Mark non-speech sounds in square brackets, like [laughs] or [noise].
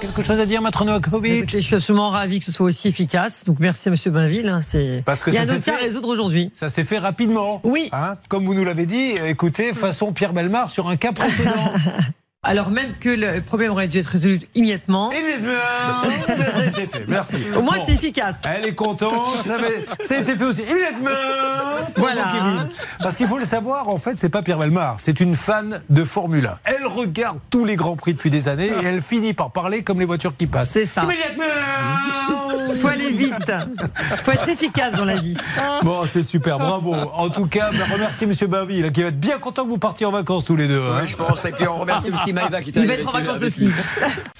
quelque chose à dire, Maître Novakovic Écoutez, je suis absolument ravi que ce soit aussi efficace. Donc merci à M. Bainville. hein, c'est... Parce que Il y a ça un s'est autre cas à fait. résoudre aujourd'hui. Ça s'est fait rapidement. Oui. Mm. Hein Comme vous nous l'avez dit, euh, écoutez, façon Pierre Belmar sur un [laughs] cas précédent. Alors même que le problème aurait dû être résolu immédiatement, Et bien, ça a été fait. Merci. [laughs] au moins Bon. c'est efficace. Elle est contente, ça, avait- ça a été fait aussi immédiatement. pour Voilà. Kevin. Parce qu'il faut le savoir, en fait, c'est pas Pierre Belmar, c'est une fan de Formule 1. Elle regarde tous les grands prix depuis des années et elle finit par parler comme les voitures qui passent. C'est ça. Faut aller vite. Faut être efficace dans la vie. Bon, c'est super, bravo. En tout cas, ben, remercie Monsieur Bainville, qui va être bien content que vous partiez en vacances tous les deux. hein. Ouais, je pense. Et puis on remercie aussi Maïva qui est Il va arrivée être en avec- vacances avec- aussi.